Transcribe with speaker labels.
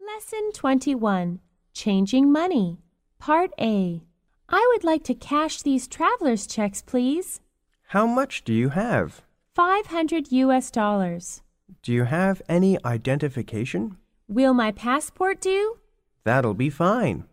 Speaker 1: Lesson 21 Changing Money, Part A. I would like to cash these traveler's checks, please.
Speaker 2: How much do you have?
Speaker 1: 500 US dollars.
Speaker 2: Do you have any identification?
Speaker 1: Will my passport do?
Speaker 2: That'll be fine.